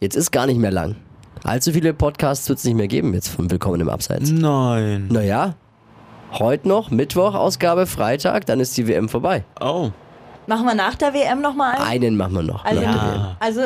Jetzt ist gar nicht mehr lang. Allzu viele Podcasts wird es nicht mehr geben jetzt von Willkommen im Abseits. Nein. Naja, heute noch, Mittwoch, Ausgabe, Freitag, dann ist die WM vorbei. Oh. Machen wir nach der WM nochmal einen? Einen machen wir noch. Also, nach der Ja. WM. also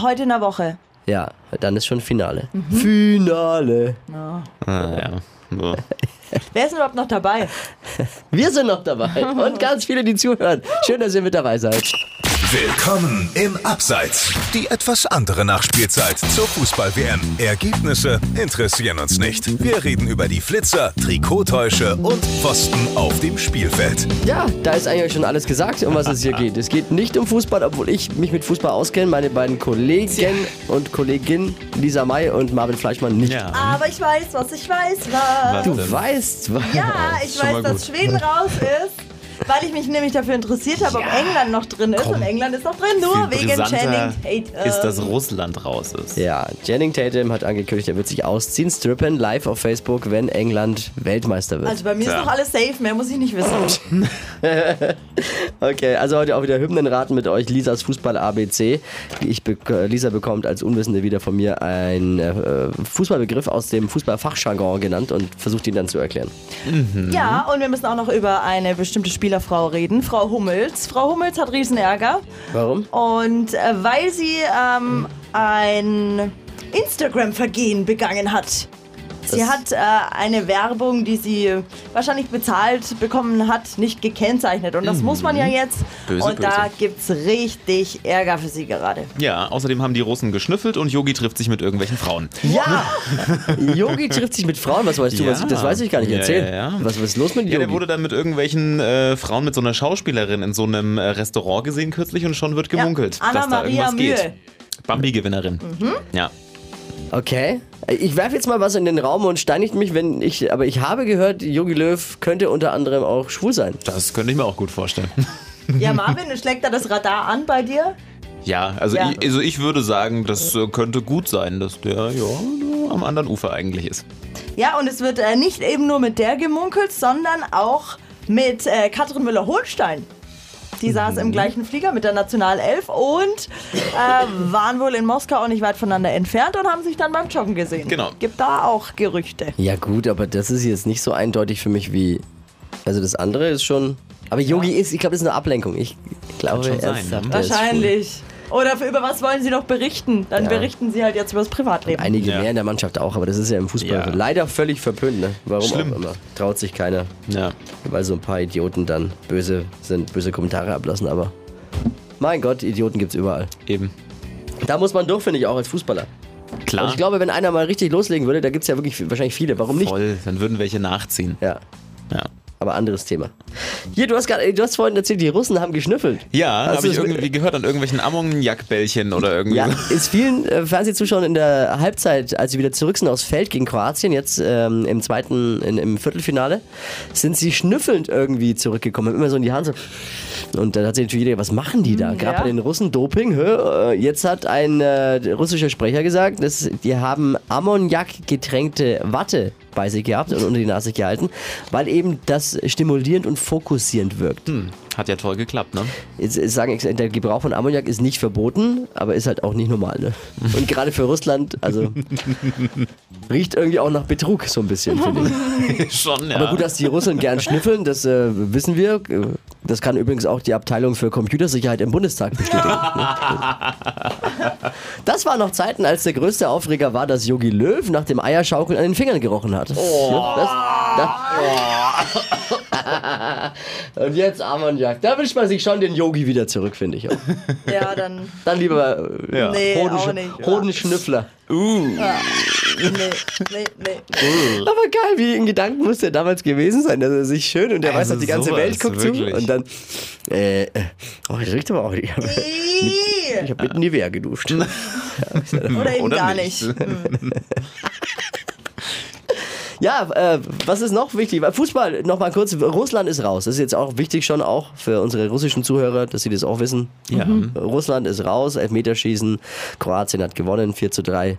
heute in der Woche. ja, dann ist schon Finale. Mhm. Finale. Ah, ja. So. Wer ist denn überhaupt noch dabei? Wir sind noch dabei und ganz viele, die zuhören. Schön, dass ihr mit dabei seid. Willkommen im Abseits. Die etwas andere Nachspielzeit zur Fußball-WM. Ergebnisse interessieren uns nicht. Wir reden über die Flitzer, Trikottäusche und Pfosten auf dem Spielfeld. Ja, da ist eigentlich schon alles gesagt, um was es hier geht. Es geht nicht um Fußball, obwohl ich mich mit Fußball auskenne. Meine beiden Kollegen und Kollegin Lisa May und Marvin Fleischmann nicht. Ja. Aber ich weiß, was ich weiß, was. Du Warte. weißt, was. Ja, ich schon weiß, mal dass gut. Schweden raus ist. Weil ich mich nämlich dafür interessiert habe, ob England noch drin ist. Komm. Und England ist noch drin, nur Viel wegen brisanter Channing Tatum. äh, Ist, dass Russland raus ist. Ja, Channing Tatum hat angekündigt, er wird sich ausziehen, strippen, live auf Facebook, wenn England Weltmeister wird. Also bei mir Tja. ist noch alles safe, mehr muss ich nicht wissen. Okay, also heute auch wieder Hymnenraten mit euch, Lisas Fußball ABC. Ich bek- äh, Lisa bekommt als Unwissende wieder von mir einen äh, Fußballbegriff aus dem Fußballfachjargon genannt und versucht ihn dann zu erklären. Ja, und wir müssen auch noch über eine bestimmte Spielerfrau reden, Frau Hummels. Frau Hummels hat riesen Ärger. Warum? Und äh, weil sie ähm, ein Instagram-Vergehen begangen hat. Sie Das- hat äh, eine Werbung, die sie wahrscheinlich bezahlt bekommen hat, nicht gekennzeichnet. Und das muss man ja jetzt. Böse, und da böse. gibt's richtig Ärger für sie gerade. Ja, außerdem haben die Russen geschnüffelt und Yogi trifft sich mit irgendwelchen Frauen. Ja! Yogi trifft sich mit Frauen, was weißt du? Was, Ja. das weiß ich gar nicht. Ja, Erzähl. ja, ja. Was, was ist los mit Ja, der Yogi? wurde dann mit irgendwelchen äh, Frauen, mit so einer Schauspielerin in so einem äh, Restaurant gesehen kürzlich und schon wird gemunkelt, Ja, Anna dass da Maria Mhm. irgendwas Mühe. geht. Bambi-Gewinnerin. Ja. okay. Ich werfe jetzt mal was in den Raum und steinigt mich, wenn ich. Aber ich habe gehört, Yogi Löw könnte unter anderem auch schwul sein. Das könnte ich mir auch gut vorstellen. Ja, Marvin, schlägt da das Radar an bei dir? Ja, also, Ja. Ich, also ich würde sagen, das äh, könnte gut sein, dass der ja am anderen Ufer eigentlich ist. Ja, und es wird äh, nicht eben nur mit der gemunkelt, sondern auch mit äh, Katrin Müller-Holstein. Die Mhm. saß im gleichen Flieger mit der Nationalelf und äh, waren wohl in Moskau auch nicht weit voneinander entfernt und haben sich dann beim Joggen gesehen. Genau. Gibt da auch Gerüchte. Ja, gut, aber das ist jetzt nicht so eindeutig für mich wie. Also das andere ist schon. Aber Yogi ist, ich glaube, das ist eine Ablenkung. Ich glaube, schon sein, ernsthaft, ne? der ist schwul. Wahrscheinlich. Oder für, über was wollen sie noch berichten? Dann Ja. berichten sie halt jetzt über das Privatleben. Einige Ja. mehr in der Mannschaft auch, aber das ist ja im Fußball Ja. leider völlig verpönt, ne? Warum Schlimm. auch immer. Traut sich keiner, Ja. weil so ein paar Idioten dann böse sind, böse Kommentare ablassen, aber mein Gott, Idioten gibt's überall. Eben. Da muss man durch, finde ich, auch als Fußballer. Klar. Und ich glaube, wenn einer mal richtig loslegen würde, da gibt's ja wirklich wahrscheinlich viele. Warum nicht? Voll, dann würden welche nachziehen. Ja, Ja. aber anderes Thema. Hier, du hast gerade, du hast vorhin erzählt, die Russen haben geschnüffelt. Ja, Hast habe du ich das- irgendwie gehört an irgendwelchen Ammoniakbällchen oder irgendwie. Ja, so. ist vielen äh, Fernsehzuschauern in der Halbzeit, als sie wieder zurück sind aufs Feld gegen Kroatien, jetzt ähm, im zweiten, in, im Viertelfinale, sind sie schnüffelnd irgendwie zurückgekommen, haben immer so in die Hand so. Und dann hat sich natürlich jeder, was machen die da? Gerade ja. bei den Russen Doping. Hä? Äh, Jetzt hat ein äh, russischer Sprecher gesagt, dass die haben Ammoniak getränkte Watte bei sich gehabt und unter die Nase gehalten, weil eben das stimulierend und fokussierend wirkt. Hat ja toll geklappt, ne? Jetzt äh, sagen, der Gebrauch von Ammoniak ist nicht verboten, aber ist halt auch nicht normal. Ne? Und gerade für Russland, also riecht irgendwie auch nach Betrug so ein bisschen, finde ich. Schon, ja. Aber gut, dass die Russen gern schnüffeln, das äh, wissen wir. Das kann übrigens auch die Abteilung für Computersicherheit im Bundestag bestätigen. Das waren noch Zeiten, als der größte Aufreger war, dass Yogi Löw nach dem Eierschaukeln an den Fingern gerochen hat. Oh. Ja, Das, da, Und jetzt Ammoniak. Da wünscht man sich schon den Yogi wieder zurück, finde ich. Auch. Ja, dann. Dann lieber äh, Ja. Nee, Hoden- auch nicht. Hodenschnüffler. Nee, nee, nee. Aber geil, wie in Gedanken muss der damals gewesen sein, dass er sich schön und der weiß, Also dass die ganze sowas, Welt guckt wirklich. zu und dann äh, äh, oh, das riecht aber auch nicht. nee. Ich habe mitten in die Wehr geduscht. Oder eben Oder gar nicht. nicht. Ja, äh, was ist noch wichtig? Fußball, nochmal kurz, Russland ist raus. Das ist jetzt auch wichtig schon auch für unsere russischen Zuhörer, dass sie das auch wissen. Mhm. Ja. Mhm. Russland ist raus, Elfmeterschießen, Kroatien hat gewonnen, 4 zu 3.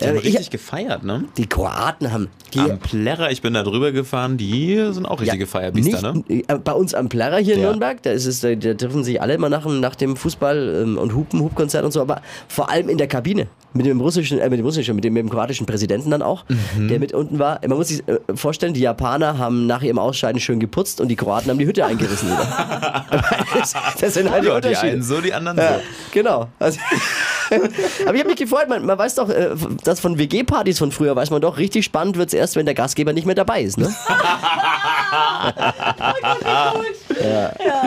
Die haben Äh, ich, richtig gefeiert, ne? die Kroaten haben die Am Plärrer, ich bin da drüber gefahren, die sind auch richtige Feierbiester, ne? nicht- äh, Bei uns am Plärrer hier in Ja. Nürnberg, da, ist es, da, da treffen sich alle immer nach, dem- nach dem Fußball ähm, und Hupen, Hubkonzert und so, aber vor allem in der Kabine. mit dem russischen, äh, mit dem russischen, mit dem, mit dem kroatischen Präsidenten dann auch, Mhm. der mit unten war. Man muss sich äh, vorstellen, die Japaner haben nach ihrem Ausscheiden schön geputzt und die Kroaten haben die Hütte eingerissen wieder. das, das sind halt die Ja, die Unterschiede. einen so, die anderen Ja, so. genau. Also, aber ich habe mich gefreut, man, man weiß doch, äh, dass von WG-Partys von früher weiß man doch, richtig spannend wird's erst, wenn der Gastgeber nicht mehr dabei ist. Ne?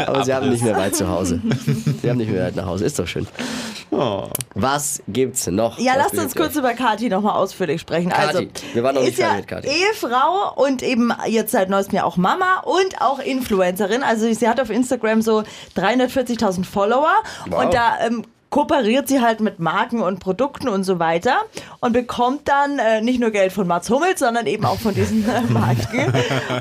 Aber sie haben nicht mehr weit zu Hause. sie haben nicht mehr weit nach Hause, ist doch schön. Oh. Was gibt's noch? Ja, Was lasst gibt's uns kurz über Kati nochmal ausführlich sprechen. Kathi, also, wir waren noch nicht ist ja fertig mit Kathi. Ehefrau und eben jetzt seit neuestem ja auch Mama und auch Influencerin. Also sie hat auf Instagram so 340.000 Follower Wow. und da ähm, kooperiert sie halt mit Marken und Produkten und so weiter und bekommt dann äh, nicht nur Geld von Mats Hummels, sondern eben auch von diesen äh, Marken.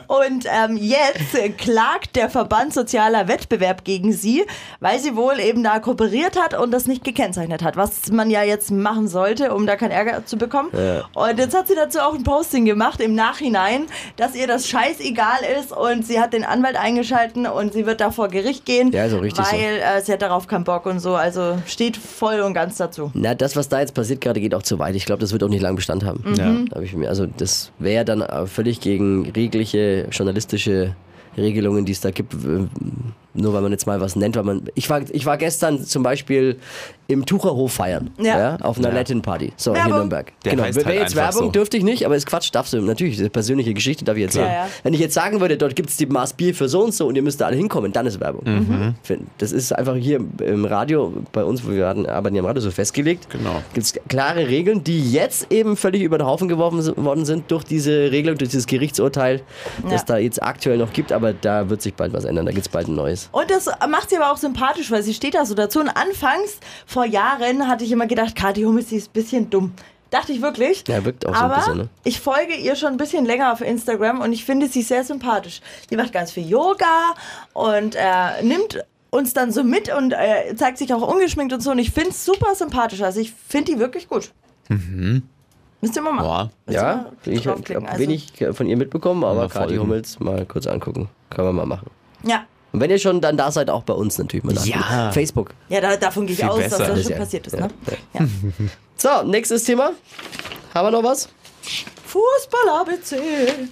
Und ähm, jetzt äh, klagt der Verband Sozialer Wettbewerb gegen sie, weil sie wohl eben da kooperiert hat und das nicht gekennzeichnet hat, was man ja jetzt machen sollte, um da keinen Ärger zu bekommen. Und jetzt hat sie dazu auch ein Posting gemacht im Nachhinein, dass ihr das scheißegal ist und sie hat den Anwalt eingeschalten und sie wird da vor Gericht gehen, Ja, so richtig so. weil äh, sie hat darauf keinen Bock und so. Also steht voll und ganz dazu. Na, das, was da jetzt passiert gerade, geht auch zu weit. Ich glaube, das wird auch nicht lange Bestand haben. Mhm. Ja. Hab ich mir, also das wäre dann äh, völlig gegen jegliche journalistische Regelungen, die es da gibt. äh, Nur weil man jetzt mal was nennt, weil man. Ich war, ich war gestern zum Beispiel im Tucherhof feiern. Ja. Ja. auf einer Latin Party. So, hier in Werbung. Nürnberg. Der genau. heißt Wäre halt jetzt einfach Werbung, so. dürfte ich nicht, aber ist Quatsch, darfst du. Natürlich, das ist persönliche Geschichte darf ich jetzt sagen. Ja, ja. Wenn ich jetzt sagen würde, dort gibt es die Maß Bier für so und so und ihr müsst da alle hinkommen, dann ist Werbung. Mhm. Das ist einfach hier im Radio, bei uns, wo wir hatten- arbeiten ja im Radio, so festgelegt. Genau. Gibt es klare Regeln, die jetzt eben völlig über den Haufen geworfen s- worden sind durch diese Regelung, durch dieses Gerichtsurteil, das da jetzt aktuell noch gibt, aber da wird sich bald was ändern, da gibt es bald ein neues. Und das macht sie aber auch sympathisch, weil sie steht da so dazu. Und anfangs, vor Jahren, hatte ich immer gedacht, Kathi Hummels, die ist ein bisschen dumm. Dachte ich wirklich. Ja, wirkt auch so ein aber bisschen, ne? ich folge ihr schon ein bisschen länger auf Instagram und ich finde sie sehr sympathisch. Die macht ganz viel Yoga und äh, nimmt uns dann so mit und äh, zeigt sich auch ungeschminkt und so. Und ich finde es super sympathisch. Also ich finde die wirklich gut. Müsst ihr mal machen. Boah. Müsst ihr ja, mal ich habe draufklicken. Also, wenig äh, von ihr mitbekommen, aber Mal Kati folgen. Hummels mal kurz angucken. Können wir mal machen. Ja, Und wenn ihr schon dann da seid, auch bei uns natürlich mal Ja. nachgucken. Facebook. ja da, davon gehe ich Viel aus, besser. dass das Alles schon ja. passiert ist. Ja. Ne? Ja. So, nächstes Thema. Haben wir noch was? Fußball ABC.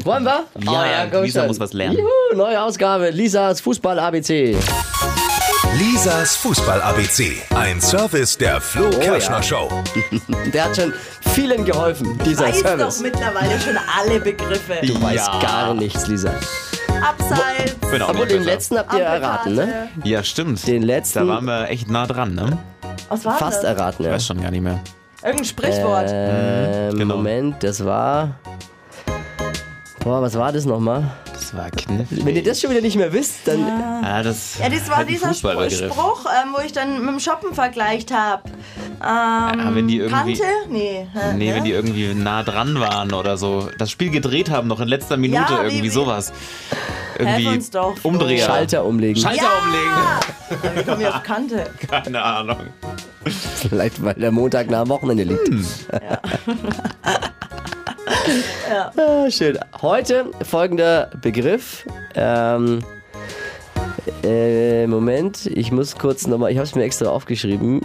Wollen wir? Oh Oh Ja, Lisa muss was lernen. Juhu, Uh, neue Ausgabe, Lisas Fußball ABC. Lisas Fußball ABC. Ein Service der Flo Kerschner Show. Der hat schon vielen geholfen, dieser weiß Service. doch mittlerweile schon alle Begriffe. Du weißt Ja. gar nichts, Lisa. Abseits, Bin auch Obwohl, nicht den besser. letzten habt ihr erraten, ne? Ampelkarte. Ja, stimmt. Den letzten- Da waren wir echt nah dran, ne? Was war Fast das? erraten, ja. Weiß schon gar nicht mehr. Irgendein Sprichwort. Ähm, Genau. Moment, das war. Boah, was war das nochmal? Das war knifflig. Wenn ihr das schon wieder nicht mehr wisst, dann. Ah, das ja, das war halt ein dieser Spr Fußballbegriff. Spruch, ähm, wo ich dann mit dem Shoppen vergleicht habe. Ähm, Ah, wenn die irgendwie- Kante? Nee. hä, Nee, ne? wenn die irgendwie nah dran waren oder so. Das Spiel gedreht haben, noch in letzter Minute Ja, wie- irgendwie wie- sowas. Irgendwie uns doch, Flo. Umdreher. Schalter um- umlegen. Schalter Ja! umlegen. Wie kommen wir auf Kante? Keine Ahnung. Vielleicht, weil der Montag nach dem Wochenende liegt. ah, schön. Heute folgender Begriff. Ähm, äh, Moment, ich muss kurz nochmal, ich habe es mir extra aufgeschrieben.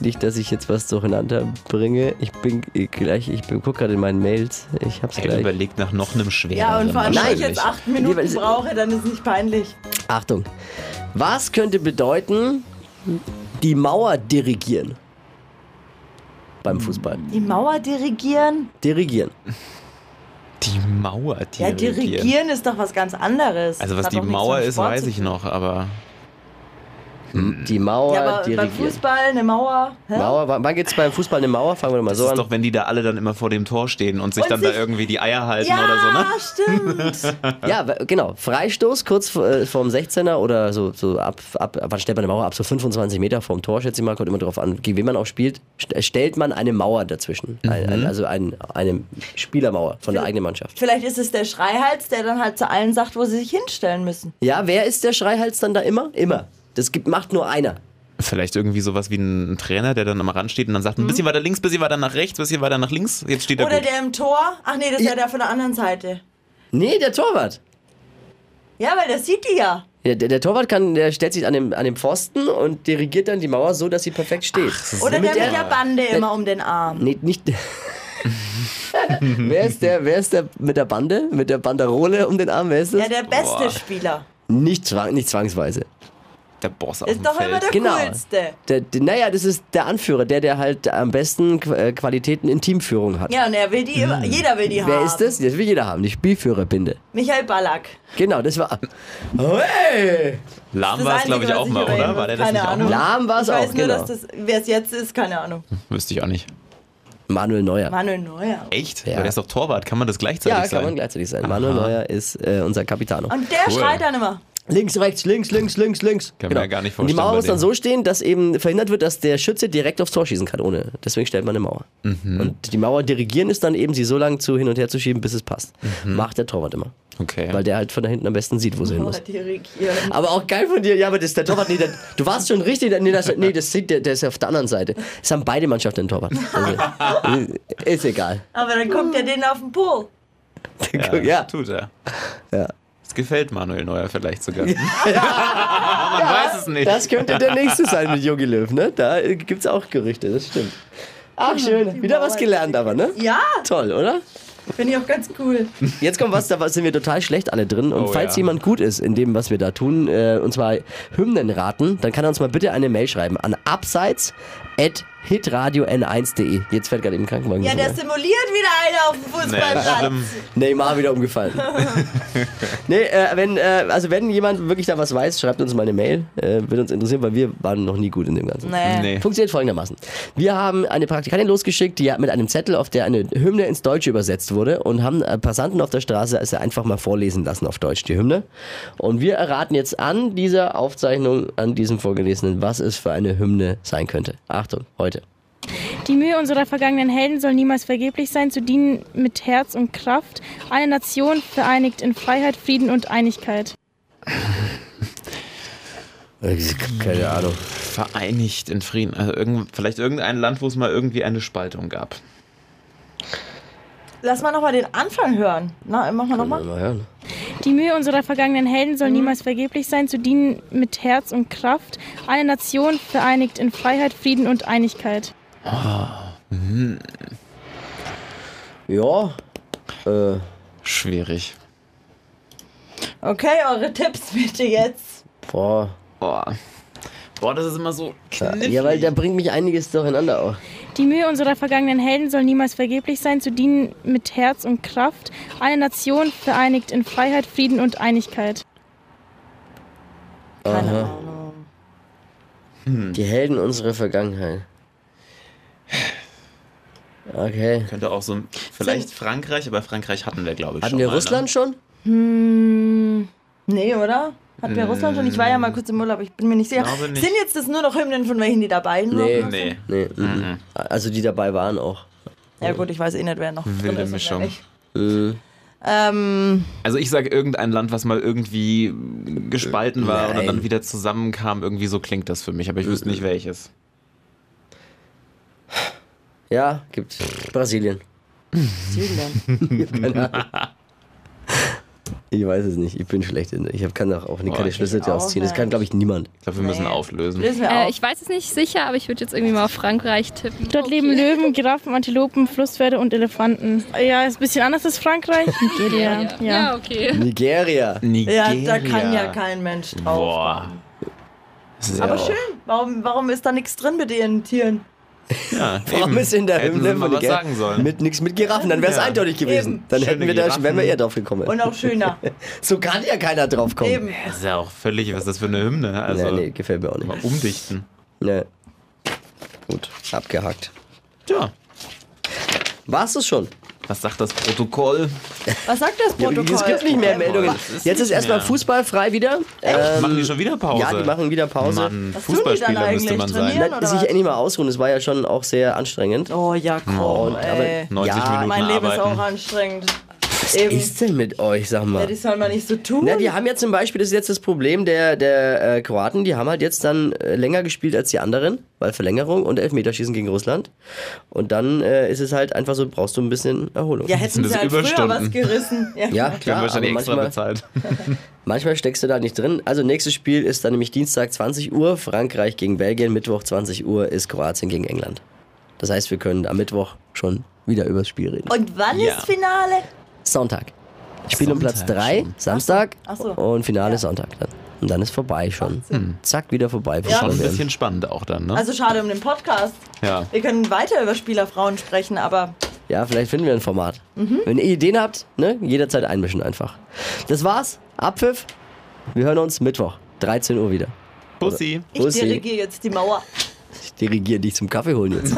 Nicht, dass ich jetzt was durcheinander bringe. Ich bin gleich, ich bin, guck gerade in meinen Mails. Ich hab's Ey, gleich. überlegt nach noch einem schweren. Ja, und vor allem, wenn ich jetzt acht Minuten Lieber- brauche, dann ist es nicht peinlich. Achtung. Was könnte bedeuten, die Mauer dirigieren? Beim Fußball. Die Mauer dirigieren? Dirigieren. Die Mauer, die Ja, dirigieren ist doch was ganz anderes. Also Das was hat die doch nichts Mauer mit ist, Sport weiß zu ich tun. noch, aber Die Mauer Ja, aber beim dirigieren. Fußball eine Mauer. Hä? Mauer, wann wann geht's beim Fußball eine Mauer? Fangen wir doch mal das so ist an. doch, wenn die da alle dann immer vor dem Tor stehen und sich Und dann da sich- irgendwie die Eier halten Ja, oder so, ne? stimmt. äh, Ja, w- genau. Freistoß kurz vor, äh, vorm 16er oder so, so ab, ab, ab, wann stellt man eine Mauer ab? So 25 Meter vorm Tor, schätze ich mal, kommt immer drauf an, gegen wen man auch spielt, st äh, stellt man eine Mauer dazwischen. Ein, Mhm. ein, also ein, eine Spielermauer von der eigenen Mannschaft. Vielleicht ist es der Schreihals, der dann halt zu allen sagt, wo sie sich hinstellen müssen. Ja, wer ist der Schreihals dann da immer? Immer. Das gibt, macht nur einer. Vielleicht irgendwie sowas wie ein Trainer, der dann am Rand steht und dann sagt, ein bisschen weiter links, ein bisschen weiter nach rechts, ein bisschen weiter nach links. Jetzt steht er Mhm. Oder gut. der im Tor. Ach nee, das ist ja der von der anderen Seite. Nee, der Torwart. Ja, weil das sieht die ja. Ja, der, der Torwart kann, der stellt sich an dem, an dem Pfosten und dirigiert dann die Mauer so, dass sie perfekt steht. Oder der Damit mit er- der Bande immer um den Arm. Nee, nicht. wer, ist der, wer ist der mit der Bande, mit der Banderole um den Arm? Wer ist das? Ja, der beste Boah. Spieler. nicht, zwang, nicht zwangsweise. Der Boss auf Ist dem doch Feld. immer der Genau. coolste. Der, der, naja, das ist der Anführer, der, der halt am besten Qu äh, Qualitäten in Teamführung hat. Ja, und er will die Hm. immer. Jeder will die haben. Wer ist das? Das will jeder haben, die Spielführerbinde. Michael Ballack. Genau, das war. Lahm Das war es, glaube ich, Einzige, auch was mal, über ihn oder? weiß. War der das keine nicht auch Ahnung. mal? Lahm war's Ich weiß auch, nur, genau. dass das, wer es jetzt ist, keine Ahnung. Wüsste ich auch nicht. Manuel Neuer. Manuel Neuer. Echt? Ja. Ja. Der ist doch Torwart. Kann man das gleichzeitig ja, kann sein? man gleichzeitig sein. Manuel Neuer ist äh, unser Capitano. Und der Cool. schreit dann immer. Links, rechts, links, links, links, links. Genau. Kann man ja gar nicht Und die vorstellen Mauer bei muss dann dem. so stehen, dass eben verhindert wird, dass der Schütze direkt aufs Tor schießen kann, ohne. Deswegen stellt man eine Mauer. Mhm. Und die Mauer dirigieren ist dann eben, sie so lange zu hin und her zu schieben, bis es passt. Macht der Torwart immer. Mhm. Okay. Weil der halt von da hinten am besten sieht, wo sie hin Oh, muss. dirigieren. Aber auch geil von dir, ja, aber das ist der Torwart. Nee, der, du warst schon richtig. Nee, das, nee, das sieht, der, der ist ja auf der anderen Seite. Es haben beide Mannschaften den Torwart. Also, ist egal. Aber dann guckt er den auf den Po. ja, ja. Tut er. Das gefällt Manuel Neuer vielleicht sogar. man weiß es nicht. Das könnte der nächste sein mit Jogi Löw, ne? Da gibt es auch Gerüchte, das stimmt. Ach, schön. Wieder was gelernt aber, ne? Ja, Toll, oder? finde ich auch ganz cool. Jetzt kommt was, da sind wir total schlecht alle drin. Und Oh, falls ja. jemand gut ist in dem, was wir da tun, äh, und zwar Hymnen raten, dann kann er uns mal bitte eine Mail schreiben an abseits.hitradio n1.de. Jetzt fährt gerade eben Krankenwagen. Ja, der Also, vorbei. simuliert wieder einer auf dem Fußballplatz. schlimm. Neymar wieder umgefallen. nee, äh, wenn, äh, also wenn jemand wirklich da was weiß, schreibt uns mal eine Mail. Äh, wird uns interessieren, weil wir waren noch nie gut in dem Ganzen. Nee. Nee. Funktioniert folgendermaßen. Wir haben eine Praktikantin losgeschickt, die hat mit einem Zettel, auf der eine Hymne ins Deutsche übersetzt wurde und haben äh, Passanten auf der Straße also einfach mal vorlesen lassen auf Deutsch, die Hymne. Und wir erraten jetzt an dieser Aufzeichnung, an diesem Vorgelesenen, was es für eine Hymne sein könnte. Achtung, heute. Die Mühe unserer vergangenen Helden soll niemals vergeblich sein, zu dienen mit Herz und Kraft. Eine Nation vereinigt in Freiheit, Frieden und Einigkeit. Äh, Keine Ahnung. Vereinigt in Frieden. Also irgend, vielleicht irgendein Land, wo es mal irgendwie eine Spaltung gab. Lass mal nochmal den Anfang hören. Na, machen wir nochmal. Mal hören. Die Mühe unserer vergangenen Helden soll niemals vergeblich sein, zu dienen mit Herz und Kraft. Eine Nation vereinigt in Freiheit, Frieden und Einigkeit. Ja, äh, Schwierig. Okay, eure Tipps bitte jetzt. boah. Boah. Boah, das ist immer so knifflig. Ja, weil da bringt mich einiges durcheinander auch. Die Mühe unserer vergangenen Helden soll niemals vergeblich sein, zu dienen mit Herz und Kraft. Eine Nation vereinigt in Freiheit, Frieden und Einigkeit. Keine Ahnung. Die Helden unserer Vergangenheit. Okay. könnte auch so ein- vielleicht Frankreich, aber Frankreich hatten wir glaube ich Hatten schon wir mal, ne? Russland schon? Nee, oder? Hat wir Russland schon? Ich war ja mal kurz im Urlaub, ich bin mir nicht sicher. Mm. Glaube nicht. Sind jetzt das nur noch Hymnen von welchen, die dabei sind? Nee. Ne? Nee. Nee. mhm. Also die dabei waren auch. Ja gut, ich weiß eh nicht, wer noch drin Wilde ist und wer Mischung. nicht. Mhm. Ähm, Also ich sage irgendein Land, was mal irgendwie gespalten war Nein. oder dann wieder zusammenkam. Irgendwie so klingt das für mich, aber ich wüsste nicht welches. Ja, gibt's. Brasilien. Südland. Ich weiß es nicht. Ich bin schlecht. In, ich hab, kann doch auch keine Boah, ich Schlüsse daraus auch ziehen. Das nicht. kann, glaube ich, niemand. Ich glaube, wir müssen Nee. auflösen. Lösen wir Äh, auf. ich weiß es nicht sicher, aber ich würde jetzt irgendwie mal auf Frankreich tippen. Dort leben Löwen, Giraffen, Antilopen, Flusspferde und Elefanten. Ja, ist ein bisschen anders als Frankreich. Ja, Nigeria. ja. ja. ja okay. Nigeria. Nigeria. ja, da kann ja kein Mensch drauf. Boah. Das ist Aber ja- schön. Warum, warum ist da nichts drin mit ihren Tieren? Ja, Warum eben. ist in der Hätten Hymne sie mal von was Nigeria sagen sollen. mit nichts mit Giraffen? Dann wäre es Ja. eindeutig gewesen. Eben. Dann Schöne hätten wir da, Giraffen. wären wir eher drauf gekommen. Und auch schöner. so kann ja keiner drauf kommen. Eben. Das ist ja auch völlig, was ist das für eine Hymne? Also nee, nee, gefällt mir auch nicht. mal umdichten. Nee. Gut, abgehakt. Tja, Warst du schon? was sagt das Protokoll? Was sagt das Ja, Protokoll? es gibt nicht mehr Meldungen. Das ist Jetzt ist nicht erstmal mehr. Fußball frei wieder. Ähm, machen die schon wieder Pause? Ja, die machen wieder Pause. Mann, Was tun die dann Fußballspieler müsste eigentlich? man Trainieren? sein. Na, oder sich was? endlich mal ausruhen, das war ja schon auch sehr anstrengend. Oh ja, komm, Und, aber ey. 90 Ja, Minuten Mein Leben ist arbeiten. auch anstrengend. Was Eben. ist denn mit euch, sag mal? Ja, die sollen mal nicht so tun. Na, die haben ja zum Beispiel, das ist jetzt das Problem der, der äh, Kroaten, die haben halt jetzt dann äh, länger gespielt als die anderen, weil Verlängerung und Elfmeterschießen gegen Russland. Und dann äh, ist es halt einfach so, brauchst du ein bisschen Erholung. ja, hätten das sie halt früher Überstunden. was gerissen. Ja, Die haben klar, aber wahrscheinlich extra manchmal, bezahlt. manchmal steckst du da nicht drin. Also nächstes Spiel ist dann nämlich Dienstag 20 Uhr, Frankreich gegen Belgien, Mittwoch 20 Uhr ist Kroatien gegen England. Das heißt, wir können am Mittwoch schon wieder übers Spiel reden. Und wann Ja. ist Finale? Sonntag. Spiel um Platz Sonntag 3, schon. Samstag Ach so. Ach so. und Finale Ja. Hm. Sonntag dann. Und dann ist vorbei schon. Zack, wieder vorbei. für Ja. Schon ein Fußball-WM. bisschen spannend auch dann, ne? Also schade um den Podcast. ja. Wir können weiter über Spielerfrauen sprechen, aber Ja, vielleicht finden wir ein Format. Mhm. Wenn ihr Ideen habt, ne, jederzeit einmischen einfach. Das war's. Abpfiff. Wir hören uns Mittwoch, 13 Uhr wieder. Pussy. ich Bussi. dirigiere jetzt die Mauer. Ich dirigiere dich zum Kaffee holen jetzt.